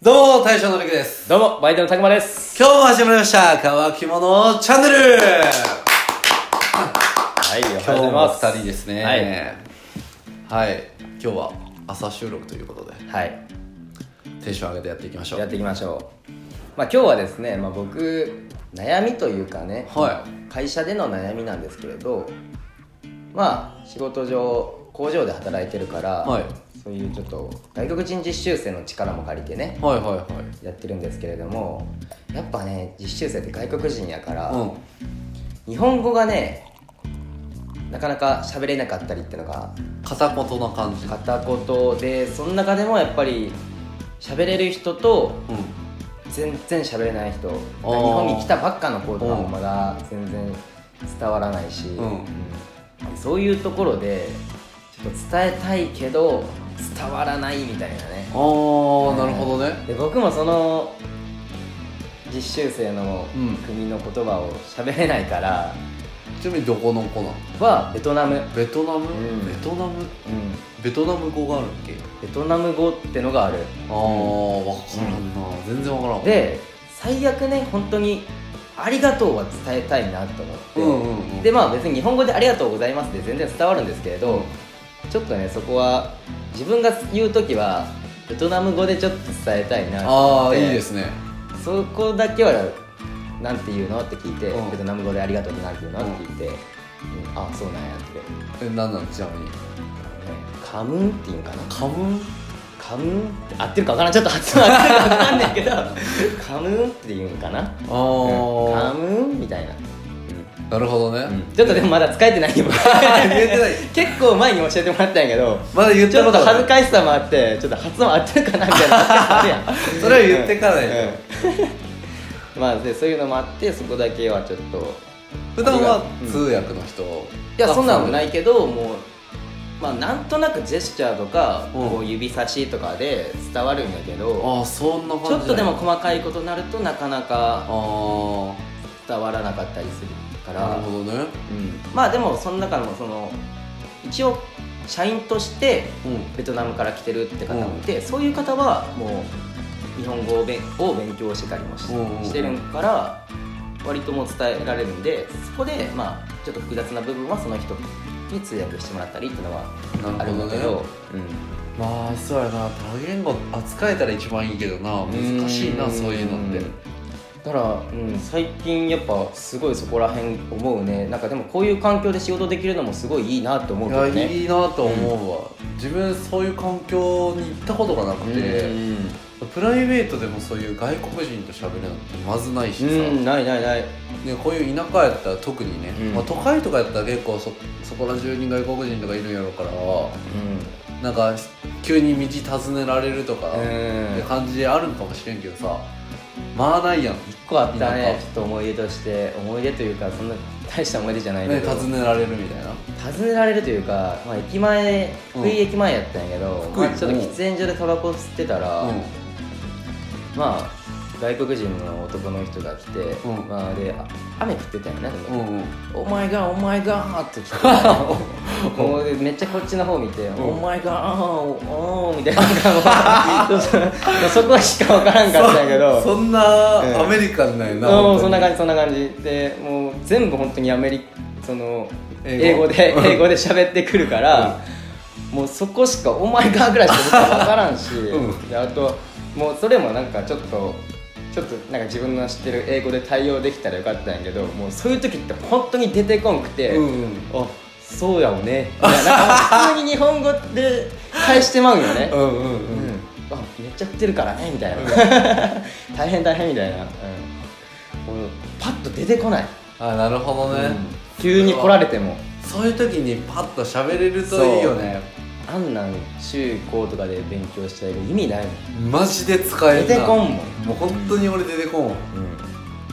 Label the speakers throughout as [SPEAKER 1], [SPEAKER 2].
[SPEAKER 1] どうも、大将のりくです。
[SPEAKER 2] どうも、バイトのたくまです。
[SPEAKER 1] 今日も始まりました、乾き物チャンネル
[SPEAKER 2] はい、おはよ
[SPEAKER 1] 今
[SPEAKER 2] うご
[SPEAKER 1] 日
[SPEAKER 2] ざい
[SPEAKER 1] も
[SPEAKER 2] ます。
[SPEAKER 1] 2人ですね。
[SPEAKER 2] はい。
[SPEAKER 1] はい。今日は朝収録ということで、
[SPEAKER 2] はい。
[SPEAKER 1] テンション上げてやっていきましょう。
[SPEAKER 2] やっていきましょう。まあ、今日はですね、まあ、僕、悩みというかね、
[SPEAKER 1] は
[SPEAKER 2] 会社での悩みなんですけれど、まあ、仕事上、工場で働いてるから、
[SPEAKER 1] はい
[SPEAKER 2] そういうちょっと、外国人実習生の力も借りてね
[SPEAKER 1] い。、はいはいはい。
[SPEAKER 2] やってるんですけれども、やっぱね、実習生って外国人やから、
[SPEAKER 1] うん。
[SPEAKER 2] 日本語がね、なかなか喋れなかったりってのが
[SPEAKER 1] 片言な感じ。うん。
[SPEAKER 2] 片言でその中でもやっぱり喋れる人と全然喋れない人日本に来たばっかの子とかもまだ全然伝わらないし、
[SPEAKER 1] うん
[SPEAKER 2] うんそういうところでちょっと伝えたいけど伝わらないみたいなね
[SPEAKER 1] あー、なるほどね。
[SPEAKER 2] で僕もその実習生の
[SPEAKER 1] うん
[SPEAKER 2] 国の言葉を喋れないから
[SPEAKER 1] ちなみにどこの子なの
[SPEAKER 2] はベトナム、うん、
[SPEAKER 1] ベトナム、
[SPEAKER 2] うん
[SPEAKER 1] ベトナムベトナム語があるっけ
[SPEAKER 2] ベトナム語ってのがある
[SPEAKER 1] あー、わからんな。全然わからん。
[SPEAKER 2] で最悪ね本当に「ありがとう」は伝えたいなと思って、
[SPEAKER 1] うんうんうん。
[SPEAKER 2] でまあ別に日本語で「ありがとうございます」で全然伝わるんですけれど、ちょっとねそこは自分が言う時はベトナム語でちょっと伝えたいなと
[SPEAKER 1] あ
[SPEAKER 2] 思っ
[SPEAKER 1] ー、
[SPEAKER 2] て
[SPEAKER 1] いいですね。
[SPEAKER 2] そこだけは「なんて言うの?」って聞いて、
[SPEAKER 1] うん
[SPEAKER 2] ベトナム語で「ありがとう」ってなんて言うのって聞いて、うんあそうなんやってね
[SPEAKER 1] え、なんなのちなみに。
[SPEAKER 2] カムンっていうんかな
[SPEAKER 1] カムン
[SPEAKER 2] カムンって合ってるか分からんちょっと発音合ってるか分かんないけ どカムンって言うんかな
[SPEAKER 1] あ
[SPEAKER 2] カ
[SPEAKER 1] ー、
[SPEAKER 2] ムンみたいな、
[SPEAKER 1] なるほどね。
[SPEAKER 2] ちょっとでもまだ使えてないよ
[SPEAKER 1] 言えて ない
[SPEAKER 2] 結構前に教えてもらったんやけど
[SPEAKER 1] まだ言っ
[SPEAKER 2] ち
[SPEAKER 1] た
[SPEAKER 2] ょ
[SPEAKER 1] こ
[SPEAKER 2] っと
[SPEAKER 1] と
[SPEAKER 2] 恥
[SPEAKER 1] な
[SPEAKER 2] ず
[SPEAKER 1] い
[SPEAKER 2] かしさもあってちょっと発音合ってるかなみたいなあるや ん
[SPEAKER 1] それは言ってかないと
[SPEAKER 2] うんまあでそういうのもあってそこだけはちょっと
[SPEAKER 1] 普段は
[SPEAKER 2] うん
[SPEAKER 1] 通訳の人を
[SPEAKER 2] いやそんなのないいけどもうまあなんとなくジェスチャーとか、
[SPEAKER 1] うん
[SPEAKER 2] こう指差しとかで伝わるんやけど
[SPEAKER 1] ああそんな感じ
[SPEAKER 2] ちょっとでも
[SPEAKER 1] あ
[SPEAKER 2] 細かいことになるとなかなか
[SPEAKER 1] あ
[SPEAKER 2] 伝わらなかったりするから
[SPEAKER 1] なるほどね
[SPEAKER 2] まあでもその中のその一応社員として
[SPEAKER 1] うん
[SPEAKER 2] ベトナムから来てるって方もいて、そういう方はもう日本語を勉を勉強してたりもし,、
[SPEAKER 1] うんうん
[SPEAKER 2] してるから割ともう伝えられるんでそこでまあちょっと複雑な部分はその人に通訳してもらったりっていうのはあ
[SPEAKER 1] なる
[SPEAKER 2] るん
[SPEAKER 1] ほど
[SPEAKER 2] だ
[SPEAKER 1] ね
[SPEAKER 2] けど
[SPEAKER 1] まあそうやな多言語扱えたら一番いいけどな
[SPEAKER 2] うん
[SPEAKER 1] 難しいなそういうのって
[SPEAKER 2] んだから、うん、最近やっぱすごいそこら辺思うねなんかでもこういう環境で仕事できるのもすごいいいなと思う
[SPEAKER 1] い
[SPEAKER 2] けど
[SPEAKER 1] や
[SPEAKER 2] ね
[SPEAKER 1] いいなと思うわ自分そういう環境に行ったことがなくて
[SPEAKER 2] うん
[SPEAKER 1] プライベートでもそういう外国人と喋るのってまずないしさ
[SPEAKER 2] うんないないない
[SPEAKER 1] ね、こういう田舎やったら特にね、
[SPEAKER 2] うん
[SPEAKER 1] まあ、都会とかやったら結構そそこら中に外国人とかいるんやろうから
[SPEAKER 2] う
[SPEAKER 1] なんか急に道尋ねられるとか
[SPEAKER 2] ん、
[SPEAKER 1] っ
[SPEAKER 2] うん
[SPEAKER 1] て、感じあるんかもしれんけどさまあないやん、ね、
[SPEAKER 2] 1個あった
[SPEAKER 1] なん
[SPEAKER 2] ね
[SPEAKER 1] か
[SPEAKER 2] ちょっと思い出として思い出というかそんな大した思い出じゃないけど、
[SPEAKER 1] 尋ねられるみたいな
[SPEAKER 2] 尋ねられるというか、まあ、駅前
[SPEAKER 1] うん
[SPEAKER 2] 福井駅前やったんやけど、
[SPEAKER 1] 福井
[SPEAKER 2] まあ、ちょっと喫煙所でタバコ吸ってたら、
[SPEAKER 1] うん
[SPEAKER 2] まあ外国人の男の人が来て、
[SPEAKER 1] うん
[SPEAKER 2] まあ、であ雨降ってたよね、
[SPEAKER 1] うんうん
[SPEAKER 2] お前がお前がって来てもうめっちゃこっちの方見て、
[SPEAKER 1] ん
[SPEAKER 2] お前がおおみたいななんかもうそこしか分からんかったんやけど
[SPEAKER 1] そんな
[SPEAKER 2] うん
[SPEAKER 1] アメリカンなんやな、
[SPEAKER 2] も
[SPEAKER 1] 本
[SPEAKER 2] う
[SPEAKER 1] 当
[SPEAKER 2] そん
[SPEAKER 1] に
[SPEAKER 2] な感じそんな感じでもう全部本当にアメリその
[SPEAKER 1] 英
[SPEAKER 2] 英
[SPEAKER 1] 語
[SPEAKER 2] 語で
[SPEAKER 1] うん
[SPEAKER 2] 英語で喋ってくるから、もうそこしか「お前が」ぐらいしか僕は分からんし、
[SPEAKER 1] うん
[SPEAKER 2] であともうそれもなんかちょっと。ちょっとなんか自分の知ってる英語で対応できたらよかったんやけどもうそういう時って本当に出てこんくて、
[SPEAKER 1] うんうん
[SPEAKER 2] あそうやよねみたいななんか普通に日本語で返してまうんよね、
[SPEAKER 1] うんうんうん、
[SPEAKER 2] うん、あめっちゃ降ってるからねみたいな、 大変大変みたいな、うん、もうパッと出てこない、
[SPEAKER 1] あなるほどね、
[SPEAKER 2] 急に来られても
[SPEAKER 1] そういう時にパッと喋れるといいよね
[SPEAKER 2] あんなん中高とかで勉強したけど意味ないもん
[SPEAKER 1] マジで使え
[SPEAKER 2] 出
[SPEAKER 1] るな
[SPEAKER 2] てこんもん、
[SPEAKER 1] もう本当に俺出てこんわ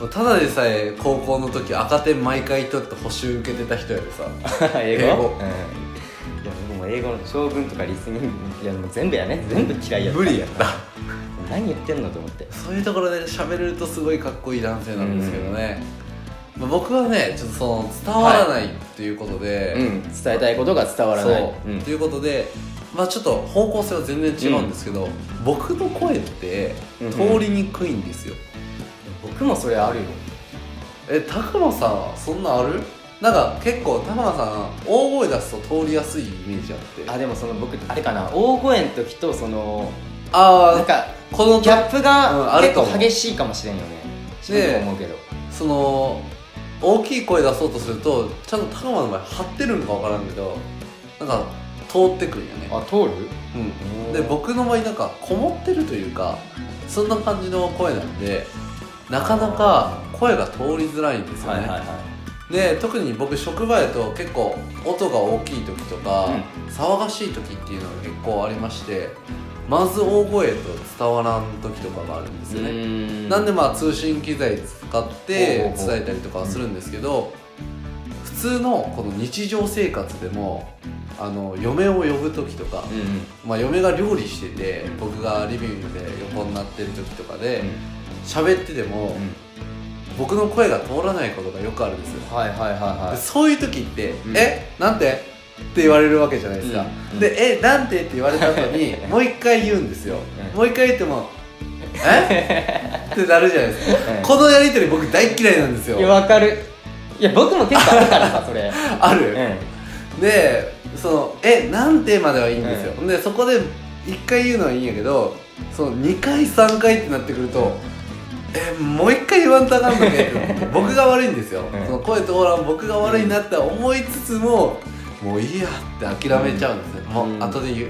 [SPEAKER 2] う
[SPEAKER 1] もうただでさえ高校の時赤点毎回取って補習受けてた人やでさ
[SPEAKER 2] ん、 英
[SPEAKER 1] 英
[SPEAKER 2] 語
[SPEAKER 1] 語
[SPEAKER 2] うん、いや僕も英語の長文とかリスニングいやもう全部やね全部嫌いやった
[SPEAKER 1] 無理やった
[SPEAKER 2] 何言ってんのと思って
[SPEAKER 1] そういうところで喋れるとすごいかっこいい男性なんですけどね、まあ、僕はねちょっとその伝わらないっていうことで、
[SPEAKER 2] うん伝えたいことが伝わら
[SPEAKER 1] そう
[SPEAKER 2] ない、、うん
[SPEAKER 1] ということでまあちょっと方向性は全然違うんですけど、僕の声って
[SPEAKER 2] うん
[SPEAKER 1] 通りにくいんですよ、
[SPEAKER 2] 僕もそれあるよ
[SPEAKER 1] えたくまさんはそんなあるなんか結構たくまさん大声出すと通りやすいイメージあって
[SPEAKER 2] あでもその僕あれかな大声の時とそのな
[SPEAKER 1] あ
[SPEAKER 2] ん
[SPEAKER 1] あ
[SPEAKER 2] か
[SPEAKER 1] この
[SPEAKER 2] ギャップ
[SPEAKER 1] うん
[SPEAKER 2] が
[SPEAKER 1] ある
[SPEAKER 2] 結
[SPEAKER 1] と思う
[SPEAKER 2] 構激しいかもしれんよね自分でも思うけど
[SPEAKER 1] その大きい声出そうとするとちゃんと高間の前張ってるんか分からんけどなんか通ってくんよね、
[SPEAKER 2] あ通る
[SPEAKER 1] うん、で僕の場合なんかこもってるというかそんな感じの声なんでなかなか声が通りづらいんですよね、で特に僕職場やと結構音が大きい時とか、
[SPEAKER 2] う
[SPEAKER 1] 騒がしい時っていうのが結構ありましてまず大声やと伝わらん時とかがあるんですよね、
[SPEAKER 2] ね
[SPEAKER 1] なんでまあ通信機材使って
[SPEAKER 2] ほうほうほう
[SPEAKER 1] 伝えたりとかはするんですけど普通のこの日常生活でもあの嫁を呼ぶ時とか、
[SPEAKER 2] うんうん
[SPEAKER 1] まあ、嫁が料理してて僕がリビングで横になってる時とかで
[SPEAKER 2] う
[SPEAKER 1] 喋ってても
[SPEAKER 2] ん
[SPEAKER 1] 僕の声が通らないことがよくあるんですよ
[SPEAKER 2] はいはいはいは
[SPEAKER 1] で
[SPEAKER 2] い
[SPEAKER 1] そういう時って「
[SPEAKER 2] うん
[SPEAKER 1] えなんて?」って言われるわけじゃないですか、
[SPEAKER 2] うん
[SPEAKER 1] で「えなんて?」って言われた後に もう一回言うんですよ、
[SPEAKER 2] うん
[SPEAKER 1] もう一回言っても「えってなるじゃないですか、
[SPEAKER 2] うん
[SPEAKER 1] このやり取り僕大っ嫌いなんです
[SPEAKER 2] いや
[SPEAKER 1] よ
[SPEAKER 2] わかるいや僕も結構あるからさそれ
[SPEAKER 1] あ
[SPEAKER 2] う
[SPEAKER 1] る、
[SPEAKER 2] んうん
[SPEAKER 1] でその「えなんて?」まではいいんですよ、でそこで一回言うのはいいんやけどその2回3回ってなってくると「えもう一回言わんとあかんのけ」って思っ て僕が悪いんですよ、
[SPEAKER 2] うん
[SPEAKER 1] その声通らん僕が悪いなって思いつつももういいやって諦めちゃうんですね、もう
[SPEAKER 2] うん
[SPEAKER 1] 後で言う、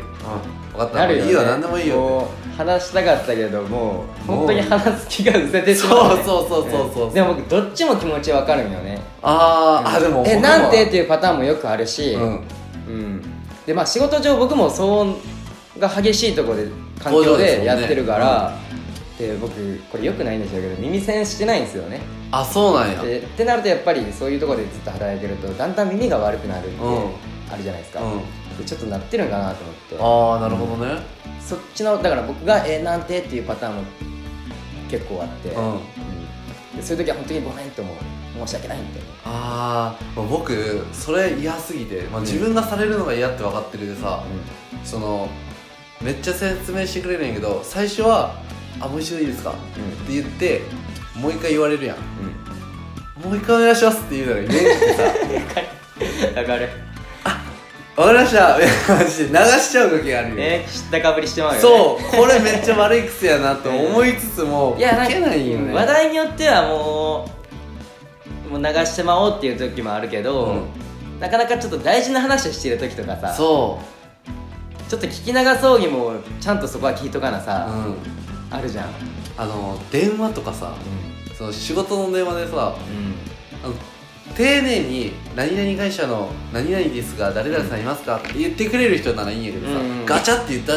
[SPEAKER 1] 分かった
[SPEAKER 2] なるよ、ね、
[SPEAKER 1] いいよ何でもいいよ
[SPEAKER 2] もう話したかったけどもう本当に話す気が失せてし
[SPEAKER 1] そう
[SPEAKER 2] まう、
[SPEAKER 1] そうそうそうそう、
[SPEAKER 2] うんでも僕どっちも気持ちわかるんよね
[SPEAKER 1] あーあでも
[SPEAKER 2] えなんてって
[SPEAKER 1] い
[SPEAKER 2] いうパターンもよくあるし、
[SPEAKER 1] うん
[SPEAKER 2] うんでまあ仕事上僕も騒音が激しいところで環
[SPEAKER 1] 工場
[SPEAKER 2] 境
[SPEAKER 1] ですもん
[SPEAKER 2] で
[SPEAKER 1] ね
[SPEAKER 2] やってるからで,、僕これよくないんでしょうけど耳栓してないんですよね
[SPEAKER 1] あそうなんや
[SPEAKER 2] でってなるとやっぱりそういうところでずっと働いてるとだんだん耳が悪くなるって
[SPEAKER 1] うん
[SPEAKER 2] あるじゃないですか、
[SPEAKER 1] うん
[SPEAKER 2] でちょっとなってるんかなと思って
[SPEAKER 1] ああなるほどね
[SPEAKER 2] そっちのだから僕が「えー、なんて?」っていうパターンも結構あって、
[SPEAKER 1] うん、
[SPEAKER 2] でそういう時は本当にごめんって思う申し訳ないって思
[SPEAKER 1] ああ僕それ嫌すぎて、まあ、
[SPEAKER 2] うん
[SPEAKER 1] 自分がされるのが嫌って分かってるでさ
[SPEAKER 2] う、、
[SPEAKER 1] そのめっちゃ説明してくれるんやけど最初は「あもう一度いいですか?」って言ってもう一回言われるやん
[SPEAKER 2] うん
[SPEAKER 1] 「もう一回お願いします」って言うのがイメージ ってさ
[SPEAKER 2] うんだから
[SPEAKER 1] 「わかりました」みたいな感じで流しちゃう時があるよ、
[SPEAKER 2] ね知ったかぶりしてまうよね
[SPEAKER 1] そうこれめっちゃ悪い癖やなと思いつつも、
[SPEAKER 2] いやな
[SPEAKER 1] い
[SPEAKER 2] んか
[SPEAKER 1] けないよね
[SPEAKER 2] 話題によってはもうもう流してまおうっていう時もあるけど、なかなかちょっと大事な話をしてる時とかさちょ
[SPEAKER 1] そ
[SPEAKER 2] っと聞き流そうにもちゃんとそこは聞いとかな
[SPEAKER 1] う、う
[SPEAKER 2] さ、
[SPEAKER 1] ん、
[SPEAKER 2] あるじゃん
[SPEAKER 1] あの電話とかさその仕事の電話でさ
[SPEAKER 2] う
[SPEAKER 1] あの丁寧に「何々会社の何々ですが誰々さんいますか?」って言ってくれる人ならいいんやけどさ、
[SPEAKER 2] うんうん
[SPEAKER 1] ガチャって言った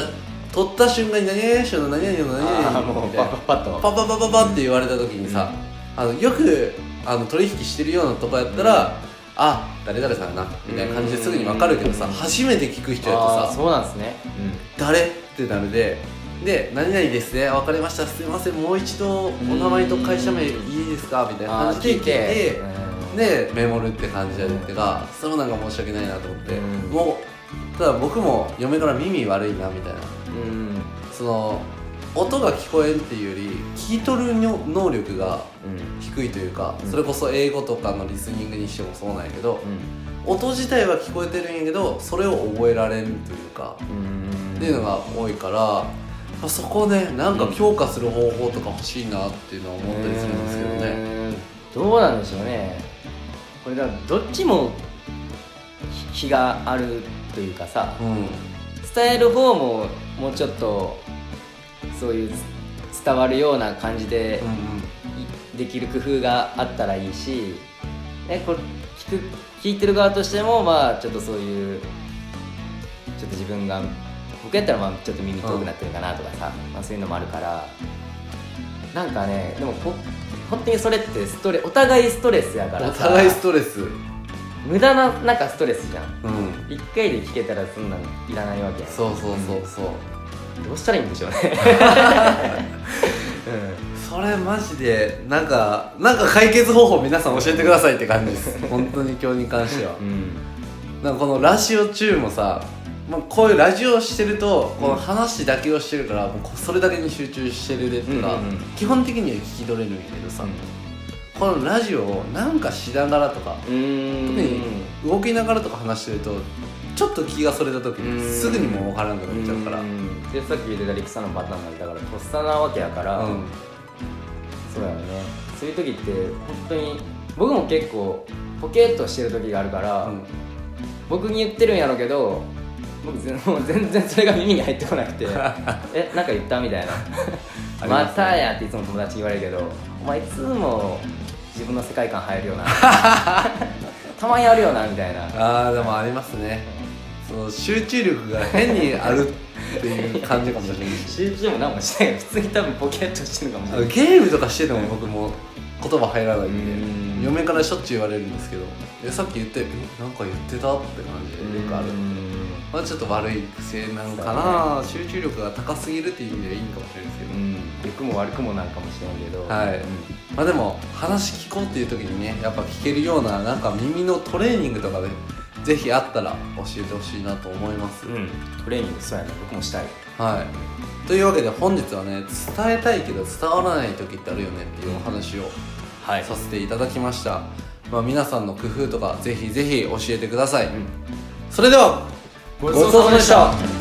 [SPEAKER 1] 取った瞬間に「何々会社の何々の
[SPEAKER 2] ん、ああ
[SPEAKER 1] 何々
[SPEAKER 2] も」う
[SPEAKER 1] みた
[SPEAKER 2] パ
[SPEAKER 1] いな
[SPEAKER 2] ッパッ
[SPEAKER 1] パ
[SPEAKER 2] と
[SPEAKER 1] パパパパって言われた時にさ、あのよくあの取引してるようなとこやったら「あ誰々さんやな」みたいな感じですぐに分かるけどさ、
[SPEAKER 2] うん
[SPEAKER 1] 初めて聞く人やと
[SPEAKER 2] あ
[SPEAKER 1] さ
[SPEAKER 2] ーそうなんですね、
[SPEAKER 1] 誰ってなるでで「何々ですね分かりましたすいませんもう一度お名前と会社名いいですか?」みたいな
[SPEAKER 2] ああ
[SPEAKER 1] 感じで聞
[SPEAKER 2] 聞い
[SPEAKER 1] い
[SPEAKER 2] て
[SPEAKER 1] て、
[SPEAKER 2] うん
[SPEAKER 1] でメモるって感じやでってかそれもなんか申し訳ないなと思って、
[SPEAKER 2] うん
[SPEAKER 1] もうただ僕も嫁から耳悪いなみたいな
[SPEAKER 2] うん
[SPEAKER 1] その音が聞こえんっていうより聞い取るの能力が
[SPEAKER 2] うん
[SPEAKER 1] 低いというか、
[SPEAKER 2] うん
[SPEAKER 1] それこそ英語とかのリスニングにしてもそうなんやけど、音自体は聞こえてるんやけどそれを覚えられんというか、
[SPEAKER 2] うん
[SPEAKER 1] っていうのが多いから、まあ、そこねなんか強化する方法とか欲しいなっていうのは思ったりするんですけどね、
[SPEAKER 2] うーんどうなんでしょうねこれだからどっちも日日があるというかさ
[SPEAKER 1] うん
[SPEAKER 2] 伝える方ももうちょっとそういう伝わるような感じで
[SPEAKER 1] うんうん
[SPEAKER 2] いできる工夫があったらいいしねこれ聞く聞いてる側としてもまあちょっとそういうちょっと自分が僕やったらまあちょっと耳遠くなってるかなとかさ、まあ、そういうのもあるからなんかねでもほ本当にそれってストレお互いストレスやから
[SPEAKER 1] お
[SPEAKER 2] さ
[SPEAKER 1] 互いストレス、う
[SPEAKER 2] 無駄ななんかストレスじゃん
[SPEAKER 1] ん、
[SPEAKER 2] 一回で聞けたらそんなんいらないわけやん
[SPEAKER 1] そうそうそうそう
[SPEAKER 2] どうしたらいいん でしょうね、
[SPEAKER 1] それマジでなんかなんか解決方法皆さん教えてくださいって感じです本当に今日に関しては
[SPEAKER 2] うん
[SPEAKER 1] なんかこのラジオ中もさまあ、こういうラジオをしてるとこの話だけをしてるから、もうこそれだけに集中してるでとか、
[SPEAKER 2] うんうんうん
[SPEAKER 1] 基本的には聞き取れるんやけどさ、このラジオをなんかしながらとか
[SPEAKER 2] うーん
[SPEAKER 1] 特に動きながらとか話してるとちょっと気がそれた時に
[SPEAKER 2] うん
[SPEAKER 1] すぐにもう分からなくなっちゃうからうん
[SPEAKER 2] んでさっき言ってたリクサのパターンなんだからとっさなわけやから、そうだよねそういう時って本当に僕も結構ポケッとしてる時があるから、
[SPEAKER 1] うん
[SPEAKER 2] 僕に言ってるんやろうけど僕全もう全然それが耳に入ってこなく て「えなんか言った?」みたいな「
[SPEAKER 1] あり
[SPEAKER 2] ま
[SPEAKER 1] ますね
[SPEAKER 2] たや」っていつも友達に言われるけど「お前いつも自分の世界観入 るよな」たまにあるよなみたいな
[SPEAKER 1] ああでもありますねその集中力が変にあるっていう感じかもしれない し
[SPEAKER 2] 集中でも何もしてない普通に多分ポケッとしてるかもしれない
[SPEAKER 1] ゲームとかしてても僕も言葉入らない
[SPEAKER 2] うん
[SPEAKER 1] んで嫁からしょっちゅう言われるんですけどえさっき言ったよえなんか言ってたって感じでよくあるまあちょっと悪い癖なのかな集中力が高すぎるっていう意味ではいいんかもしれないですけど
[SPEAKER 2] うん良くも悪くもなんかもしれんけど
[SPEAKER 1] はい
[SPEAKER 2] うん
[SPEAKER 1] まあでも話聞こうっていう時にねやっぱ聞けるようななんか耳のトレーニングとかでぜひあったら教えてほしいなと思います、
[SPEAKER 2] うんトレーニングそうやね僕もしたい
[SPEAKER 1] はいというわけで本日はね伝えたいけど伝わらない時ってあるよねっていうお話を
[SPEAKER 2] は
[SPEAKER 1] させていただきました、まあ、皆さんの工夫とかぜひぜひ教えてください、それでは
[SPEAKER 2] ごちそうさまでした